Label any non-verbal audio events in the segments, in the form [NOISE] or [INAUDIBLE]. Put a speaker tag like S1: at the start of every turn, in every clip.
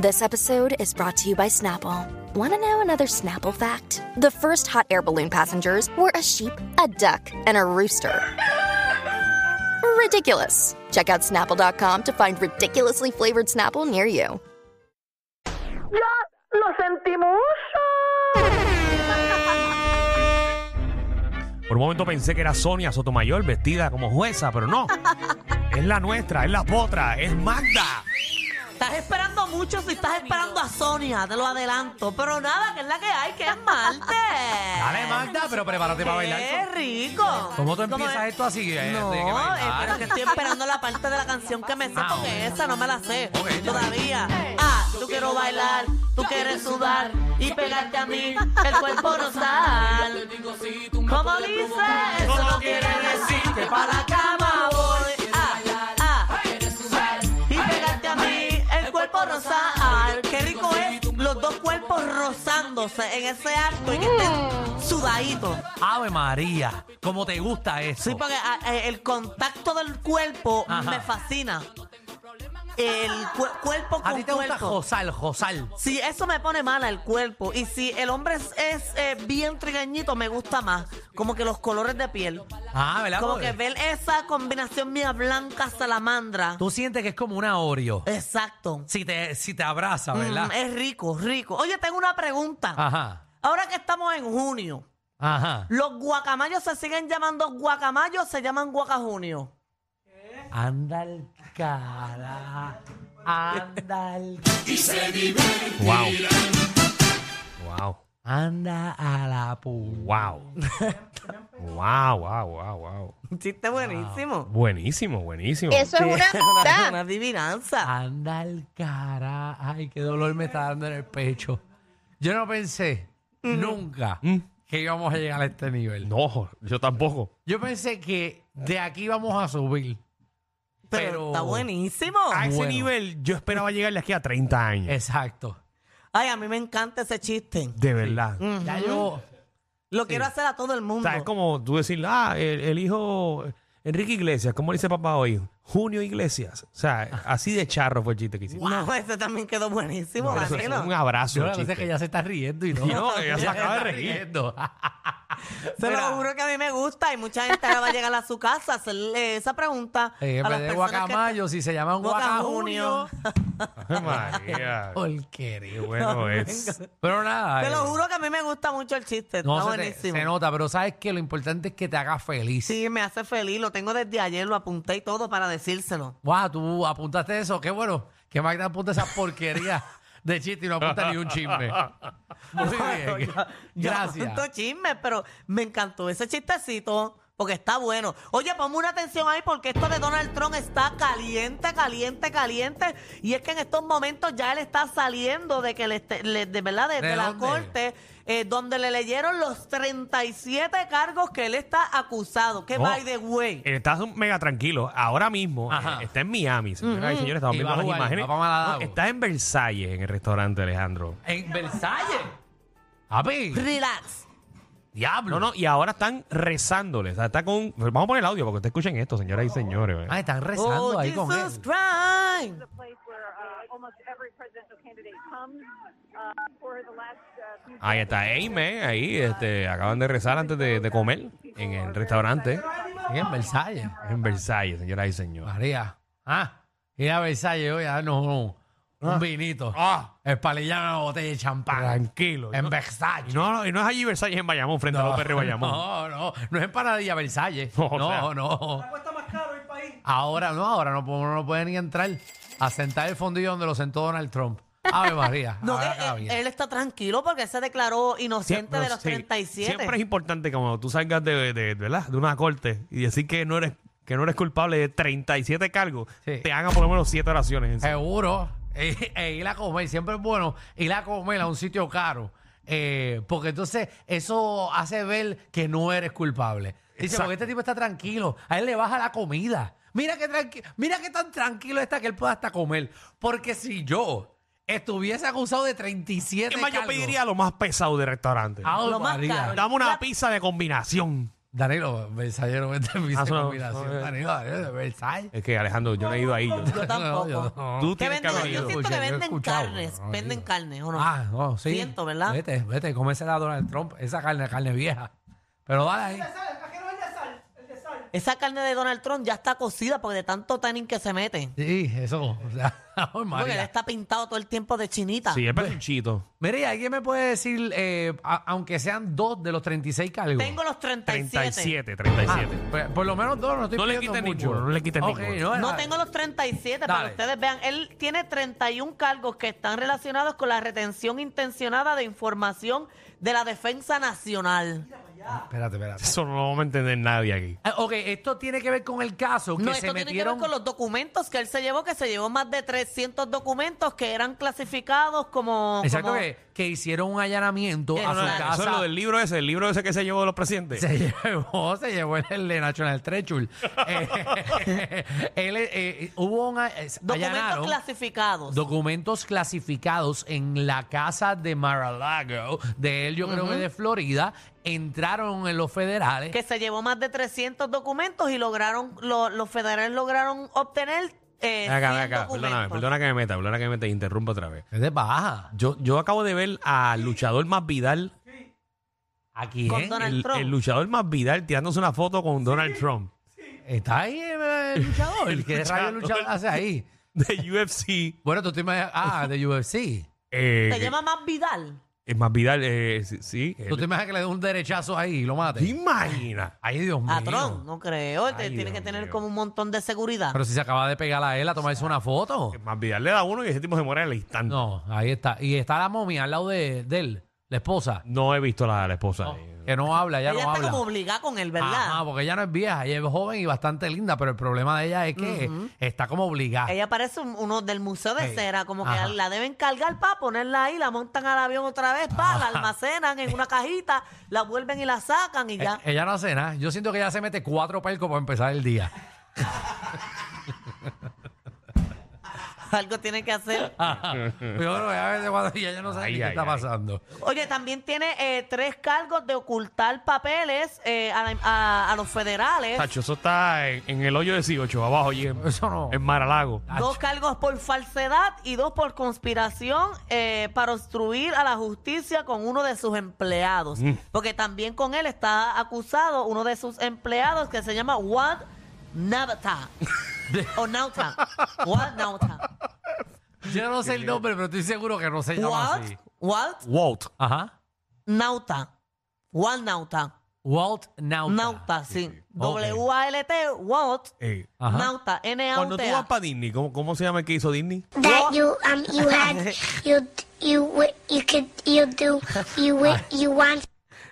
S1: This episode is brought to you by Snapple. Want to know another Snapple fact? The first hot air balloon passengers were a sheep, a duck, and a rooster. Ridiculous. Check out snapple.com to find ridiculously flavored Snapple near you.
S2: ¡Ya lo sentimos!
S3: Por un momento pensé que era Sonia Sotomayor vestida como jueza, pero
S4: [LAUGHS]
S3: no. Es la nuestra, es la potra, es Magda.
S4: Estás esperando mucho si estás esperando a Sonia, te lo adelanto. Pero nada, que es la que hay, que es Marte.
S5: Dale, Magda, pero prepárate para bailar.
S4: ¡Qué rico!
S5: ¿Cómo tú
S4: Como
S5: empiezas
S4: es-
S5: esto así? Eh,
S4: No,
S5: tiene que
S4: eh,
S5: bailar.
S4: pero que estoy esperando la parte de la canción que me sé,
S5: Ah,
S4: porque
S5: ok.
S4: esa no me la sé
S5: Ok, ya.
S4: todavía. Ah, tú quiero bailar, tú quieres sudar y pegarte a mí, el cuerpo no sale. Como dice, eso no quiere decir que para la cama voy. Ah, ah, y pegarte a mí, el cuerpo rosal. Qué rico es los dos cuerpos rozándose en ese acto y que estén sudaditos.
S5: Ave María, como te gusta
S4: Sí,
S5: eso.
S4: porque ah, eh, el contacto del cuerpo
S5: Ajá.
S4: me fascina. El cue- cuerpo con
S5: a ti te gusta
S4: cuerpo.
S5: Josal, Josal.
S4: Si eso me pone mala el cuerpo y si el hombre es, es, eh, bien trigueñito me gusta más, como que los colores de piel,
S5: Ah, ¿verdad?
S4: como
S5: Porque
S4: que ver esa combinación mía blanca salamandra.
S5: Tú sientes que es como una Oreo.
S4: Exacto.
S5: Si te, si te abraza, ¿verdad?
S4: Eh.
S5: Ah.
S4: Mm, es rico, rico. Oye, tengo una pregunta.
S5: Ajá,
S4: Ahora que estamos en junio,
S5: ajá.
S4: ¿los guacamayos se siguen llamando guacamayos o se llaman guacajunio?
S5: Anda al cara. Anda al
S3: Wow. Wow.
S5: Anda a la pu.
S3: [LAUGHS] Wow. Wow, wow, wow, wow.
S4: [LAUGHS] Un chiste buenísimo.
S3: Buenísimo, buenísimo.
S6: Eso es
S4: [LAUGHS]
S6: una
S4: una,
S6: puta.
S4: una adivinanza.
S5: Anda al cara. Ay, qué dolor me está dando en el pecho. Yo no pensé nunca
S3: Mm.
S5: que íbamos a llegar a este nivel.
S3: No, yo tampoco.
S5: Yo pensé que de aquí vamos a subir.
S4: pero,
S5: pero-
S4: está buenísimo.
S3: A
S4: Ay.
S3: ese
S5: Bueno.
S3: nivel yo esperaba llegarle aquí a 30 años.
S5: Exacto.
S4: a mí me encanta ese chiste.
S3: de verdad. Mm.
S5: Ya yo.
S4: Lo quiero hacer a todo el
S3: O
S4: mundo.
S3: sea, es como tú decir, ah, el, el hijo Enrique Iglesias, ¿cómo le dice papá hoy? Junio Iglesias. O sea, así de charro fue el chiste que hiciste.
S4: No, [LAUGHS] ese también quedó buenísimo,
S3: No, eso es
S4: Danilo.
S3: un abrazo.
S5: Yo
S3: el
S5: la cosa
S3: chiste.
S5: es que ya se está riendo y no. [LAUGHS]
S3: No, ella se acaba de
S5: está
S3: reír.
S5: riendo.
S4: Se
S5: Mira,
S4: lo juro que a mí me gusta y mucha gente ahora va a llegar a su casa a hacerle esa pregunta.
S5: [LAUGHS] eh, En
S4: a
S5: vez de guacamayo, si se llaman
S4: Guacajunio.
S5: guacajunio.
S3: Ay, [LAUGHS] María. Qué
S5: Porquería.
S3: bueno es.
S5: Pero nada.
S4: Te lo
S5: eh,
S4: juro que a mí me gusta mucho el chiste.
S5: No,
S4: está
S5: se, te-
S4: buenísimo.
S5: se nota, pero sabes que lo importante es que te haga feliz.
S4: Sí, me hace feliz. Lo tengo desde ayer, lo apunté y todo para decírselo.
S5: Guau, tú apuntaste eso. Qué bueno. Que Magda apunta esa porquería de chiste y no apunta ni un chisme. Muy bien.
S4: [LAUGHS] Yo
S5: Gracias.
S4: apunto chismes, pero me encantó ese chistecito porque está bueno. Oye, ponme una atención ahí porque esto de Donald Trump está caliente, caliente, caliente. Y es que en estos momentos ya él está saliendo de que le este- le- de verdad de,
S5: ¿De
S4: de la
S5: dónde?
S4: corte eh, donde le leyeron los 37 cargos que él está acusado. Que
S3: Oh.
S4: by the way.
S5: Eh.
S3: Él está mega tranquilo. Ahora mismo
S5: Ajá.
S3: eh, está en Miami, señoras y señores. Estamos
S5: Y
S3: viendo
S5: va a
S3: las
S5: jugar,
S3: imágenes.
S5: va para Malabo.
S3: No, está en Versalles, en el restaurante, Alejandro.
S5: En Versalles. Papi.
S4: Relax.
S5: Diablo.
S3: No, no, y ahora están rezándole. O sea, está con. Vamos a poner el audio para que ustedes escuchen esto, señoras y señores.
S5: Ah, están rezando
S4: Oh,
S5: ahí con él.
S4: Jesus Christ.
S7: place where uh, almost every presidential candidate comes uh, for the last uh, few
S3: Ahí está ¿eh? Aime, ahí este, acaban de rezar antes de, de comer en el restaurante
S5: Sí, en Versalles.
S3: en Versalles, señoras y señores.
S5: María. Ah, ir a Versalles hoy a darnos un, un vinito.
S3: Ah.
S5: Espalillar una botella de champán.
S3: Tranquilo.
S5: En
S3: No-
S5: Versalles.
S3: y no, y no es allí Versalles en Bayamón, frente a los perros de Bayamón.
S5: No, no, no es empanadilla Versalles.
S3: No, [LAUGHS]
S5: No,
S3: o sea.
S5: no. Ahora no, ahora no, po- no puede ni entrar a sentar el fondillo donde lo sentó Donald Trump. Ave María.
S4: No, eh,
S5: ahora
S4: él,
S5: cada
S4: él-
S5: día.
S4: él está tranquilo porque se declaró inocente
S3: Siempre-
S4: de los
S3: sí.
S4: 37.
S3: Siempre es importante que cuando tú salgas de, de- ¿verdad? de una corte y decir que no eres que no eres culpable de 37 cargos,
S5: Sí.
S3: te hagan por lo menos 7 oraciones. encima.
S5: Seguro. [LAUGHS] Eh, eh, ir a comer, siempre es bueno ir a comer a un sitio caro. Eh, porque entonces eso hace ver que no eres culpable. Dice,
S3: Exacto.
S5: porque este tipo está tranquilo, a él le baja la comida. Mira que tranqui mira qué tan tranquilo está que él pueda hasta comer. Porque si yo estuviese acusado de 37
S3: Es más, yo
S5: cargos- Ah,
S3: pediría lo más pesado del restaurante.
S5: Ave
S4: Lo más
S5: María.
S4: caro.
S3: Dame una
S4: La-
S3: pizza de combinación.
S5: Danilo, Versalles no vende pizza
S3: Ah,
S5: de
S3: eso no,
S5: combinación.
S3: no, eh.
S5: Danilo, Danilo, Versalles.
S3: Es que Alejandro, yo no he ido ahí. yo-
S4: Yo tampoco.
S5: [LAUGHS] No, yo no.
S3: Tú tienes
S4: ¿Qué
S3: que haber
S4: venden? Yo
S3: ido.
S4: siento
S5: Escuché,
S4: que
S5: yo he
S4: venden
S5: escuchado,
S4: carnes.
S5: pero no he
S4: venden
S5: ido.
S4: carnes, ¿o no?
S5: Ah, no, sí.
S4: Siento, ¿verdad?
S5: Vete, vete, cómese la Donald Trump. Esa carne, carne vieja. Pero dale ahí.
S4: Esa carne de Donald Trump ya está cocida porque de tanto tanning que se mete.
S5: Sí, eso. O sea, [LAUGHS] ay,
S4: Porque él
S5: María.
S4: está pintado todo el tiempo de chinita.
S3: Sí, es peluchito.
S5: Mire, ¿y ¿alguien me puede decir, eh, a- aunque sean dos de los 36 cargos?
S4: Tengo los
S3: 37,
S4: 37.
S5: Ah,
S3: 37.
S5: pues, por lo menos dos, no estoy
S3: No le
S5: pidiendo
S3: quiten
S5: mucho.
S3: ninguno, no le quiten
S5: Ok,
S3: ninguno.
S5: no,
S4: No
S5: era-
S4: tengo los 37,
S5: Dale.
S4: para ustedes vean, él tiene 31 cargos que están relacionados con la retención intencionada de información de la defensa nacional.
S5: Espérate, espérate.
S3: Eso no lo vamos a entender nadie aquí.
S5: Ah, Ok, esto tiene que ver con el caso que
S4: No,
S5: se
S4: esto tiene que ver
S5: metieron...
S4: con los documentos que él se llevó, que se llevó más de 300 documentos que eran clasificados como...
S5: Exacto,
S4: como-
S5: que, que hicieron un allanamiento a
S4: Exacto.
S5: su casa.
S3: Eso es lo del libro ese, el libro ese que se llevó de los presidentes.
S5: Se [LAUGHS] llevó, se llevó el de National Treasure. Eh, [LAUGHS] él, eh, eh, hubo un eh,
S4: Documentos
S5: allanaron
S4: clasificados.
S5: documentos clasificados en la casa de Mar-a-Lago, de él yo creo que de Florida, entraron en los federales.
S4: que se llevó más de 300 documentos y lograron, lo- los federales lograron obtener... Eh,
S3: Ven acá, ven
S4: 100
S3: acá. Perdóname,
S4: documentos.
S3: perdona que me meta, perdona que me meta, e interrumpa otra vez.
S5: Es de baja.
S3: Yo, yo acabo de ver al luchador más Vidal,
S5: ¿A quién?
S4: Con Donald-
S3: el,
S4: Trump.
S3: el luchador más Vidal tirándose una foto con Donald Trump
S5: Está ahí eh, el luchador.
S3: El [LAUGHS]
S5: ¿Qué rayo
S3: luchador.
S5: luchador hace ahí?
S3: de [LAUGHS] UFC.
S5: Bueno, tú te imaginas... Ah, de UFC.
S3: Eh,
S4: ¿Te llama más Vidal?
S3: Es más Vidal, eh, sí, sí.
S5: Tú
S3: él-
S5: te imaginas que le dé un derechazo ahí y lo
S3: ¿Te
S5: mate.
S3: imaginas?
S5: [LAUGHS] Ay, Dios mío.
S4: A Trump, no creo. Él
S3: Ay,
S4: tiene que
S3: Dios
S4: tener
S3: mío.
S4: como un montón de seguridad.
S5: Pero si se acaba de pegar a él a tomarse una foto.
S3: Es Más Vidal le da uno y ese tipo se muere al instante. No,
S5: No, ahí está. Y está la momia al lado de, de él, la esposa,
S3: he visto a la, la esposa. ahí.
S5: que no habla, ella,
S4: Ella
S5: no
S4: está
S5: habla.
S4: como obligada con él, ¿verdad?
S5: Ajá, porque ella no es vieja, ella es joven y bastante linda, pero el problema de ella es que está como obligada.
S4: Ella parece un- uno del Museo de
S5: Ey,
S4: Cera, como
S5: ajá.
S4: que la deben cargar para ponerla ahí, la montan al avión otra vez, pa, la almacenan en una cajita, la vuelven y la sacan y
S5: Eh,
S4: ya.
S5: ella no hace nada. Yo siento que ella se mete cuatro percos para empezar
S3: [LAUGHS]
S5: el día.
S4: Algo tiene que hacer.
S5: Yo creo que a veces cuando- y ella no sabe
S3: Ay,
S5: ni qué
S3: ay,
S5: está
S3: ay.
S5: pasando.
S4: Oye, también tiene eh, tres cargos de ocultar papeles eh, a, la- a- a los federales,
S3: Tacho, eso está en, en el hoyo 18, abajo allí en,
S5: Eso no.
S3: en Maralago.
S4: dos cargos por falsedad y dos por conspiración eh, para obstruir a la justicia con uno de sus empleados. Porque también con él está acusado uno de sus empleados que se llama Juan Navata. o Nauta. Juan Nauta.
S5: Yo no sé el nombre, pero estoy seguro que no se llama
S4: Walt,
S5: así.
S4: Walt
S3: Walt.
S5: Ajá.
S4: Nauta. Walt Nauta.
S5: Walt Nauta.
S4: Nauta, sí.
S5: Ok.
S4: W-A-L-T, Walt
S3: Eh,
S5: Ajá.
S4: Nauta.
S3: Cuando tú vas
S4: N-A-U-T-A.
S3: para Disney, ¿cómo, ¿cómo se llama el que hizo Disney?
S2: that you um you had you you w- you could you do you w- you want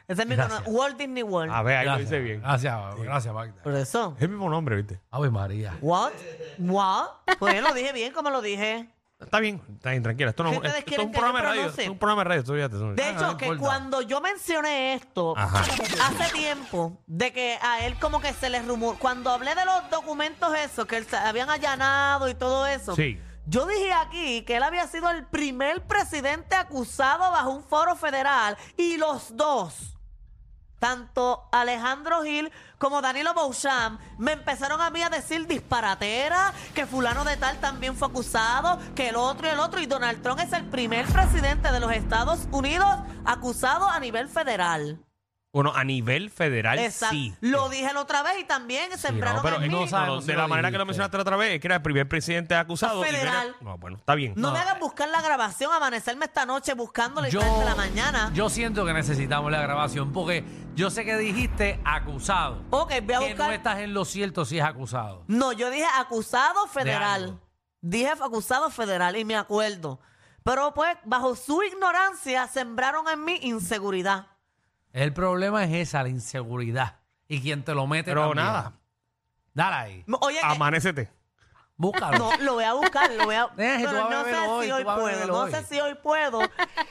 S4: Ese es mi nombre. Walt Disney World.
S3: A ver, ahí lo
S5: Gracias, Ah.
S3: dice bien.
S5: Gracias, gracias, Magda.
S4: Por eso.
S3: Es el mismo nombre, ¿viste?
S5: Ave María.
S4: What? What? Pues yo lo dije bien como lo dije.
S3: Está bien, está bien, tranquila. Esto, no,
S4: ¿Qué
S3: esto,
S4: ustedes
S3: es
S4: quieren
S3: un
S4: que yo
S3: programa de radio.
S4: pronuncie?
S3: Esto es un programa de radio. Esto, fíjate, eso-
S4: De
S5: Ah, no
S4: hecho, que
S5: importa.
S4: cuando yo mencioné esto
S3: Ajá.
S4: hace tiempo, de que a él como que se le rumor, cuando hablé de los documentos esos, que él se habían allanado y todo eso,
S3: Sí.
S4: yo dije aquí que él había sido el primer presidente acusado bajo un foro federal y los dos. Tanto Alejandro Gil como Danilo Beauchamp me empezaron a mí a decir disparatera, que fulano de tal también fue acusado, que el otro y el otro. Y Donald Trump es el primer presidente de los Estados Unidos acusado a nivel federal.
S3: Bueno, a nivel federal,
S4: Exacto.
S3: sí.
S4: Lo dije la otra vez y también
S3: Sí,
S4: sembraron
S3: no, pero
S4: en
S3: es-
S4: mí.
S3: no,
S4: No,
S3: no,
S5: sabemos si
S3: de
S5: lo
S3: la manera que
S5: dijiste.
S3: lo mencionaste la otra vez, es que era el primer presidente acusado. y que era-
S4: Federal.
S3: no, bueno, está bien. Ah,
S4: me hagan buscar la grabación, amanecerme esta noche buscándola y
S5: Yo-
S4: tal de la mañana.
S5: Yo siento que necesitamos la grabación porque yo sé que dijiste acusado.
S4: ok, voy a
S5: que no
S4: buscar.
S5: estás en lo cierto si es acusado.
S4: No, yo dije acusado federal.
S5: algo.
S4: Dije acusado federal y me acuerdo. Pero pues, bajo su ignorancia, sembraron en mí inseguridad.
S5: El problema es esa, la inseguridad. Y quien te lo mete
S3: Pero
S5: también.
S3: nada.
S5: Dale ahí.
S4: Oye, que-
S3: Amanécete.
S5: Búscalo.
S3: [LAUGHS]
S4: No, lo voy a buscar, lo voy a...
S5: Ah, [LAUGHS] Eh, tú
S4: Pero
S5: vas a
S4: no sé
S5: beberlo hoy,
S4: si
S5: tú
S4: hoy
S5: vas a
S4: puedo,
S5: beberlo
S4: no
S5: hoy.
S4: sé si hoy puedo,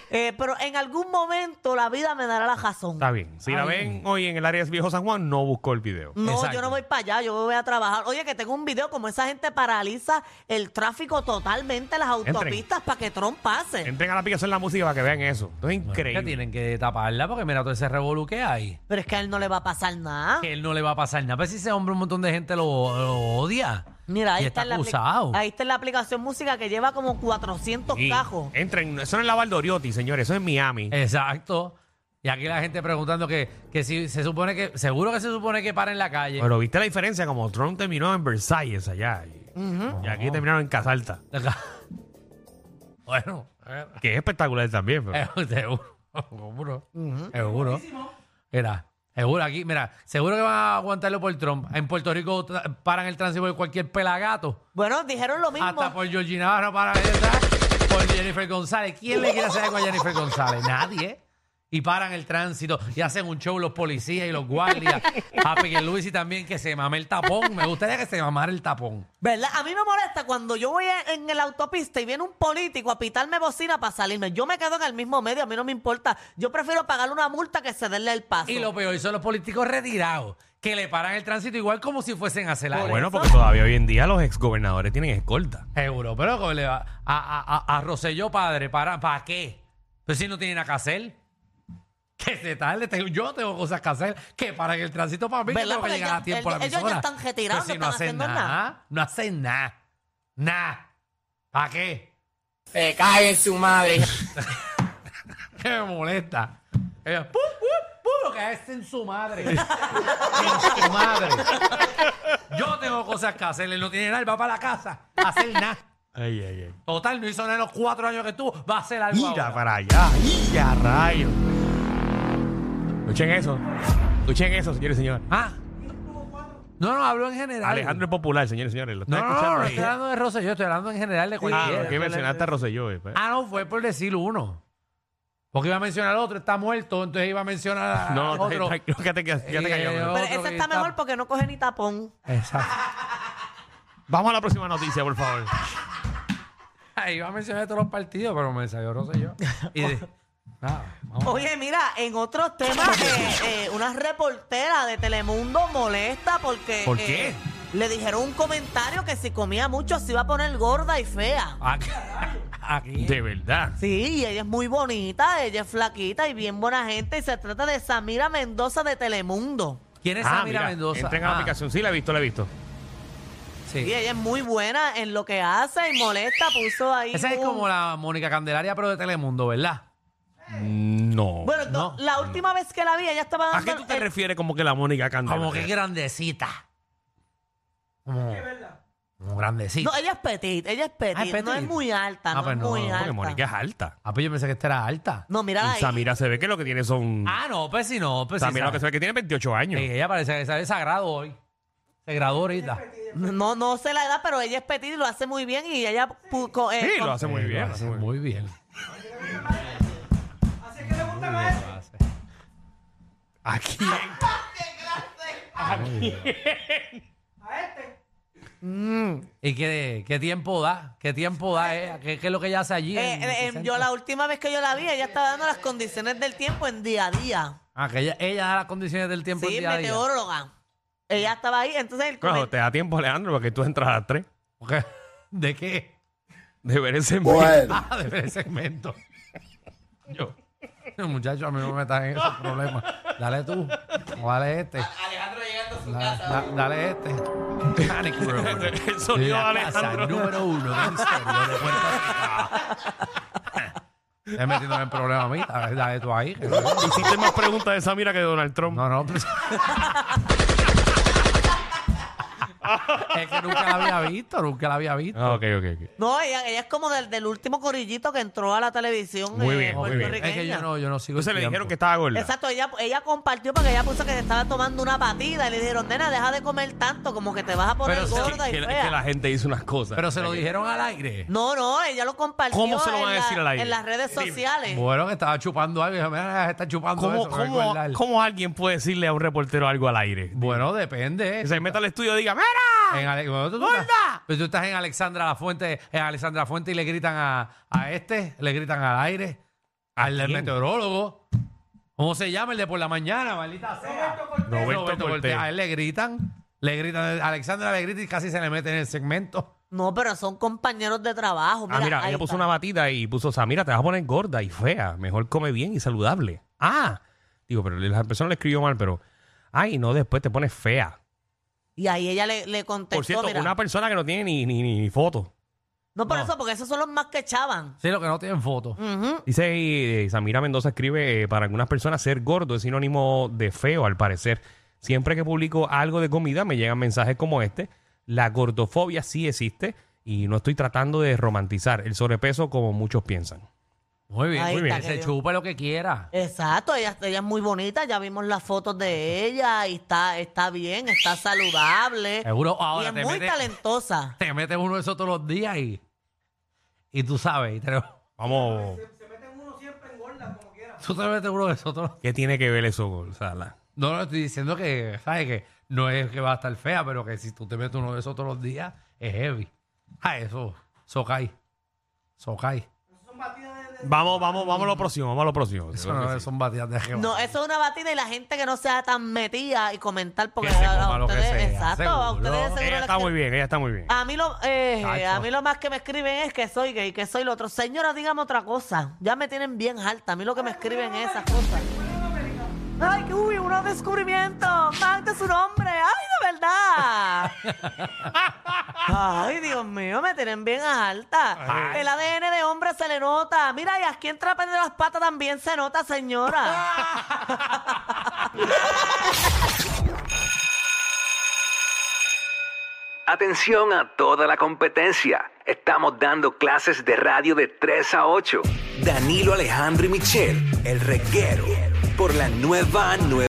S4: eh, pero en algún momento la vida me dará la razón.
S3: Está bien. Si la ven hoy en el área de Viejo San Juan, no buscó el video.
S4: No,
S5: Exacto.
S4: yo no voy para allá, yo voy a trabajar. Oye, que tengo un video como esa gente paraliza el tráfico totalmente, las
S3: Entren.
S4: autopistas, para que Trump pase.
S3: Entren a la aplicación de la música para que vean eso. Esto es
S5: Que
S3: increíble.
S5: tienen que taparla porque mira todo ese revolú que hay.
S4: Pero es que a él no le va a pasar nada.
S5: Que él no le va a pasar nada. Pero si ese hombre un montón de gente lo, lo odia.
S4: Mira, ahí
S5: y
S4: está,
S5: está,
S4: en la apli-
S5: acusado.
S4: ahí está en la aplicación música que lleva como 400
S3: Y
S4: cajos.
S3: Entren, eso no es la Valdoriotti, señores, eso es en Miami.
S5: Exacto. Y aquí la gente preguntando que, que si se supone que, seguro que se supone que para en la calle.
S3: Pero viste la diferencia como Trump terminó en Versalles allá. Y, y aquí terminaron en Casa Alta.
S5: [LAUGHS] bueno, eh,
S3: Que es espectacular también. pero-
S5: eh, seguro, [LAUGHS] seguro, seguro. Mira, seguro aquí, mira, seguro que van a aguantarlo por Trump. En Puerto Rico tra- paran el tránsito por cualquier pelagato.
S4: Bueno, dijeron lo mismo.
S5: Hasta por Georgina Navarro para por Jennifer González. ¿Quién le quiere hacer algo a Jennifer González? Nadie. Y paran el tránsito y hacen un show los policías y los
S4: [LAUGHS]
S5: guardias. A Miguel Luis y también que se mame el tapón. Me gustaría que se mamara el tapón.
S4: ¿Verdad? A mí me molesta cuando yo voy en en la autopista y viene un político a pitarme bocina para salirme. Yo me quedo en el mismo medio, a mí no me importa. Yo prefiero pagarle una multa que cederle el paso.
S5: Y lo peor son los políticos retirados que le paran el tránsito igual como si fuesen a hacer
S3: Ah,
S5: algo.
S3: bueno, porque todavía hoy en día los exgobernadores tienen escolta.
S5: Seguro, pero ¿cómo le va? A, a, a- a Rosselló padre, ¿para, ¿para qué? Pues si no tiene nada que hacer. Que se tarde, tengo- yo tengo cosas que hacer, que para que el tránsito para mí que
S4: ¿Verdad?
S5: tengo que
S4: Porque
S5: llegar
S4: ya-
S5: a tiempo a la
S4: el- ellos ya
S5: emisora.
S4: están retirados,
S5: Pues si
S4: no están
S5: hacen
S4: haciendo nada.
S5: No hacen nada. Nada. ¿Para qué?
S6: Se cae en su
S5: [LAUGHS]
S6: madre.
S5: Que me molesta. Ellos, ¡pum, pum, pum! Lo que hacen su madre. en su madre. Yo tengo cosas que hacer, él no tiene nada, él va para la casa a hacer nada.
S3: Ay, ay, ay.
S5: Total, no hizo nada en los cuatro años que tú, va a hacer algo
S3: Mira
S5: ahora.
S3: para allá. Mira, rayo. Escuchen eso. Escuchen eso, señores y señores.
S5: Ah. No, no, hablo en general.
S3: Alejandro es popular, señores y señores. Lo
S5: No,
S3: están
S5: no, no,
S3: escuchando
S5: no
S3: ahí.
S5: estoy hablando de Rosselló, estoy hablando en general de
S3: Ah,
S5: cualquiera.
S3: que mencionaste a Rosselló. eh.
S5: Ah, no, fue por decir uno. Porque iba a mencionar al otro, está muerto, entonces iba a mencionar a
S3: No, no,
S5: ah, otro.
S3: tranquilo, que te, que te
S5: Eh,
S3: cayó.
S5: eh,
S4: Pero
S5: otro
S4: ese
S5: que
S4: está
S5: está-
S4: mejor porque no coge ni tapón.
S5: Exacto. [LAUGHS]
S3: Vamos a la próxima noticia, por favor.
S5: Ah, iba a mencionar todos los partidos, pero me salió Rosselló.
S3: [LAUGHS]
S5: Y de- nada, vamos.
S4: Oye, mira, en otros temas,
S5: [LAUGHS]
S4: eh, eh, una reportera de Telemundo molesta porque.
S3: ¿Por
S4: eh,
S3: qué?
S4: le dijeron un comentario que si comía mucho se iba a poner gorda y fea.
S5: Aquí. Ah, [LAUGHS] aquí-
S3: De verdad.
S4: Sí, y ella es muy bonita, ella es flaquita y bien buena gente. Y se trata de Samira Mendoza de Telemundo.
S5: ¿Quién es
S3: Ah,
S5: Samira
S3: mira,
S5: Mendoza?
S3: Entren a la
S5: Ah,
S3: aplicación. Sí, la he visto, la he visto.
S5: sí.
S4: Y ella es muy buena en lo que hace y molesta, puso ahí.
S5: Esa es
S4: un-
S5: como la Mónica Candelaria, pero de Telemundo, ¿verdad?
S3: No.
S4: Bueno, no,
S5: Mm, No.
S4: la última vez que la vi, ella estaba
S3: ¿A
S4: dando.
S3: qué tú te
S4: el-
S3: refieres como que la Mónica Candela?
S5: Como que grandecita. Como, como grandecita.
S4: No, eh. ella es petit, ella es petit,
S5: Ah, es
S4: no es
S5: petit.
S4: muy alta,
S5: Ah,
S4: no
S5: pues
S4: es
S5: no,
S4: muy
S5: no,
S3: Porque Mónica
S4: alta.
S3: es alta.
S5: Ah, pues yo pensé que esta era alta.
S4: No, mira
S3: Y
S4: ahí.
S3: Samira se ve que lo que tiene son.
S5: Ah, no, pues si no. Pues si
S3: Samira lo que se ve que tiene 28 años.
S5: Sí, ella parece que sale sagrado hoy. Se graduó ahorita.
S4: No, no sé la edad, pero ella es petit y lo hace muy bien y ella pu- co- eh,
S3: Sí,
S4: con-
S3: lo hace muy
S5: Sí,
S3: bien.
S5: lo
S3: lo
S5: hace
S3: hace muy
S5: muy bien.
S3: bien. ¿A quién?
S5: Mm. ¿Y qué, qué tiempo da? ¿Qué tiempo da? eh? ¿Qué, qué es lo que ella hace allí?
S4: eh,
S5: en-
S4: eh, eh, yo la última vez que yo la vi, ella estaba dando las condiciones del tiempo en día a día.
S5: Ah, que ella, ella da las condiciones del tiempo
S4: Sí,
S5: en día a día.
S4: meteoróloga. Ella estaba ahí, entonces el
S3: Claro,
S4: comen-
S3: te da tiempo, Alejandro, porque tú entras a las 3
S5: Ok. [LAUGHS] ¿De qué?
S3: de ver ese
S5: Ah, de ver el segmento.
S3: medio.
S5: No, Muchacho, a mí no me metas en esos problemas. Dale tú. O dale este.
S6: Alejandro llegando a su
S5: Da-
S6: casa.
S5: da- dale este. Panic Room.
S3: [LAUGHS]
S6: [LAUGHS]
S3: El sonido de
S5: La
S3: Alejandro.
S5: casa número uno del exterior de Puerto Rico. Estás metiéndome en problemas a mí. Dale, dale tú ahí. que no-
S3: Hiciste más preguntas de Samira que de Donald Trump.
S5: No, no. pues- [LAUGHS] es que nunca la había visto. Nunca la había visto.
S3: Ah, ok, ok, ok.
S4: No, ella, ella es como del, del último corillito que entró a la televisión
S3: Muy
S4: eh,
S3: bien, muy bien.
S4: puertorriqueña.
S5: Es que yo no, yo no sigo el
S3: Entonces le
S5: tiempo.
S3: dijeron que estaba gorda.
S4: Exacto, ella, ella compartió porque ella puso que se estaba tomando una batida y le dijeron, nena, deja de comer tanto, como que te vas a poner
S5: Pero sí,
S4: gorda
S3: Que,
S4: y
S3: la-
S4: fea.
S3: que la gente dice unas cosas.
S5: Pero se lo
S3: Que-
S5: dijeron al aire.
S3: Mm.
S4: No, no, ella lo compartió
S3: ¿Cómo se lo
S4: en
S3: van a
S4: la-
S3: decir al aire?
S4: en las redes
S3: Dime.
S4: sociales.
S5: Bueno, que estaba chupando algo. y Dijo, mira, está chupando
S3: ¿Cómo,
S5: eso. me voy a
S3: cómo-
S5: guardar".
S3: cómo alguien puede decirle a un reportero algo al aire?
S5: Bueno, Eh, depende.
S3: Que se meta al estudio y diga, ¡Mira!
S5: En Ale- bueno, tú- tú-
S3: ¡Gorda!
S5: Pero tú estás en Alexandra La Fuente, en Alexandra La Fuente y le gritan a, a este, le gritan al aire, al del meteorólogo. ¿Cómo se llama el de por la mañana, maldita sea?
S3: Roberto Cortés.
S5: A él le gritan, le gritan, Alexandra le grita y casi se le mete en el segmento.
S4: No, pero son compañeros de trabajo. Mira,
S3: Ah, mira,
S4: ahí
S3: ella puso
S4: está.
S3: una batida y puso, Samira, te vas a poner gorda y fea. Mejor come bien y saludable. Ah, digo, pero la persona le escribió mal, pero, ay, no, después te pones fea.
S4: Y ahí ella le, le contestó.
S3: Por cierto,
S4: mira,
S3: una persona que no tiene ni, ni, ni- ni foto.
S4: no por
S5: No.
S4: eso, porque esos son los más que echaban.
S5: Sí, lo que no tienen foto.
S4: Ujú.
S3: Dice eh, Samira Mendoza escribe, eh, para algunas personas ser gordo es sinónimo de feo, al parecer. Siempre que publico algo de comida me llegan mensajes como este. La gordofobia sí existe y no estoy tratando de romantizar el sobrepeso como muchos piensan.
S5: Muy bien,
S4: Ahí
S5: muy
S4: está,
S5: bien.
S4: que
S5: Se
S4: Dios.
S5: chupa lo que quiera.
S4: Exacto, ella, ella es muy bonita, ya vimos las fotos de ella y está, está bien, está saludable.
S5: Seguro
S4: y
S5: Eh, ahora
S4: es
S5: te
S4: muy
S5: mete-
S4: talentosa.
S5: Te metes uno de esos todos los días y, y tú sabes. Y te,
S3: Vamos,
S5: [LAUGHS] tú te metes uno de esos todos los
S3: ¿qué tiene que ver eso con Sala?
S5: No, no estoy diciendo que, ¿sabes? Que no es que va a estar fea, pero que si tú te metes uno de esos todos los días, es heavy. Ah, eso, socay. Socay.
S3: Vamos, vamos, vamos a lo próximo, vamos a lo próximo.
S5: Eso no son batidas de jeva.
S4: No, eso es una batida y la gente que no sea tan metida y comentar porque
S5: Que se
S4: a- a
S5: coma lo que
S4: ustedes,
S5: sea,
S4: exacto, a
S5: seguro.
S4: ustedes seguro
S3: ella
S4: les
S3: está
S4: que-
S3: muy bien, ella está muy bien.
S4: A mí lo eh,
S5: Chacho.
S4: a mí lo más que me escriben es que soy gay, que soy lo otro. Señora, dígame otra cosa. Ya me tienen bien alta. A mí lo que me escriben es esas cosas. Ay, que uy, un descubrimiento. Magda es su nombre. Ay, de verdad. Ay, Dios mío, me tienen bien alta. El ADN de hombre se le nota. Mira, y aquí entra de las patas también se nota, señora.
S8: Atención a toda la competencia. Estamos dando clases de radio de 3 a 8. Danilo Alejandro y Michel, el reguero, por la nueva nueva.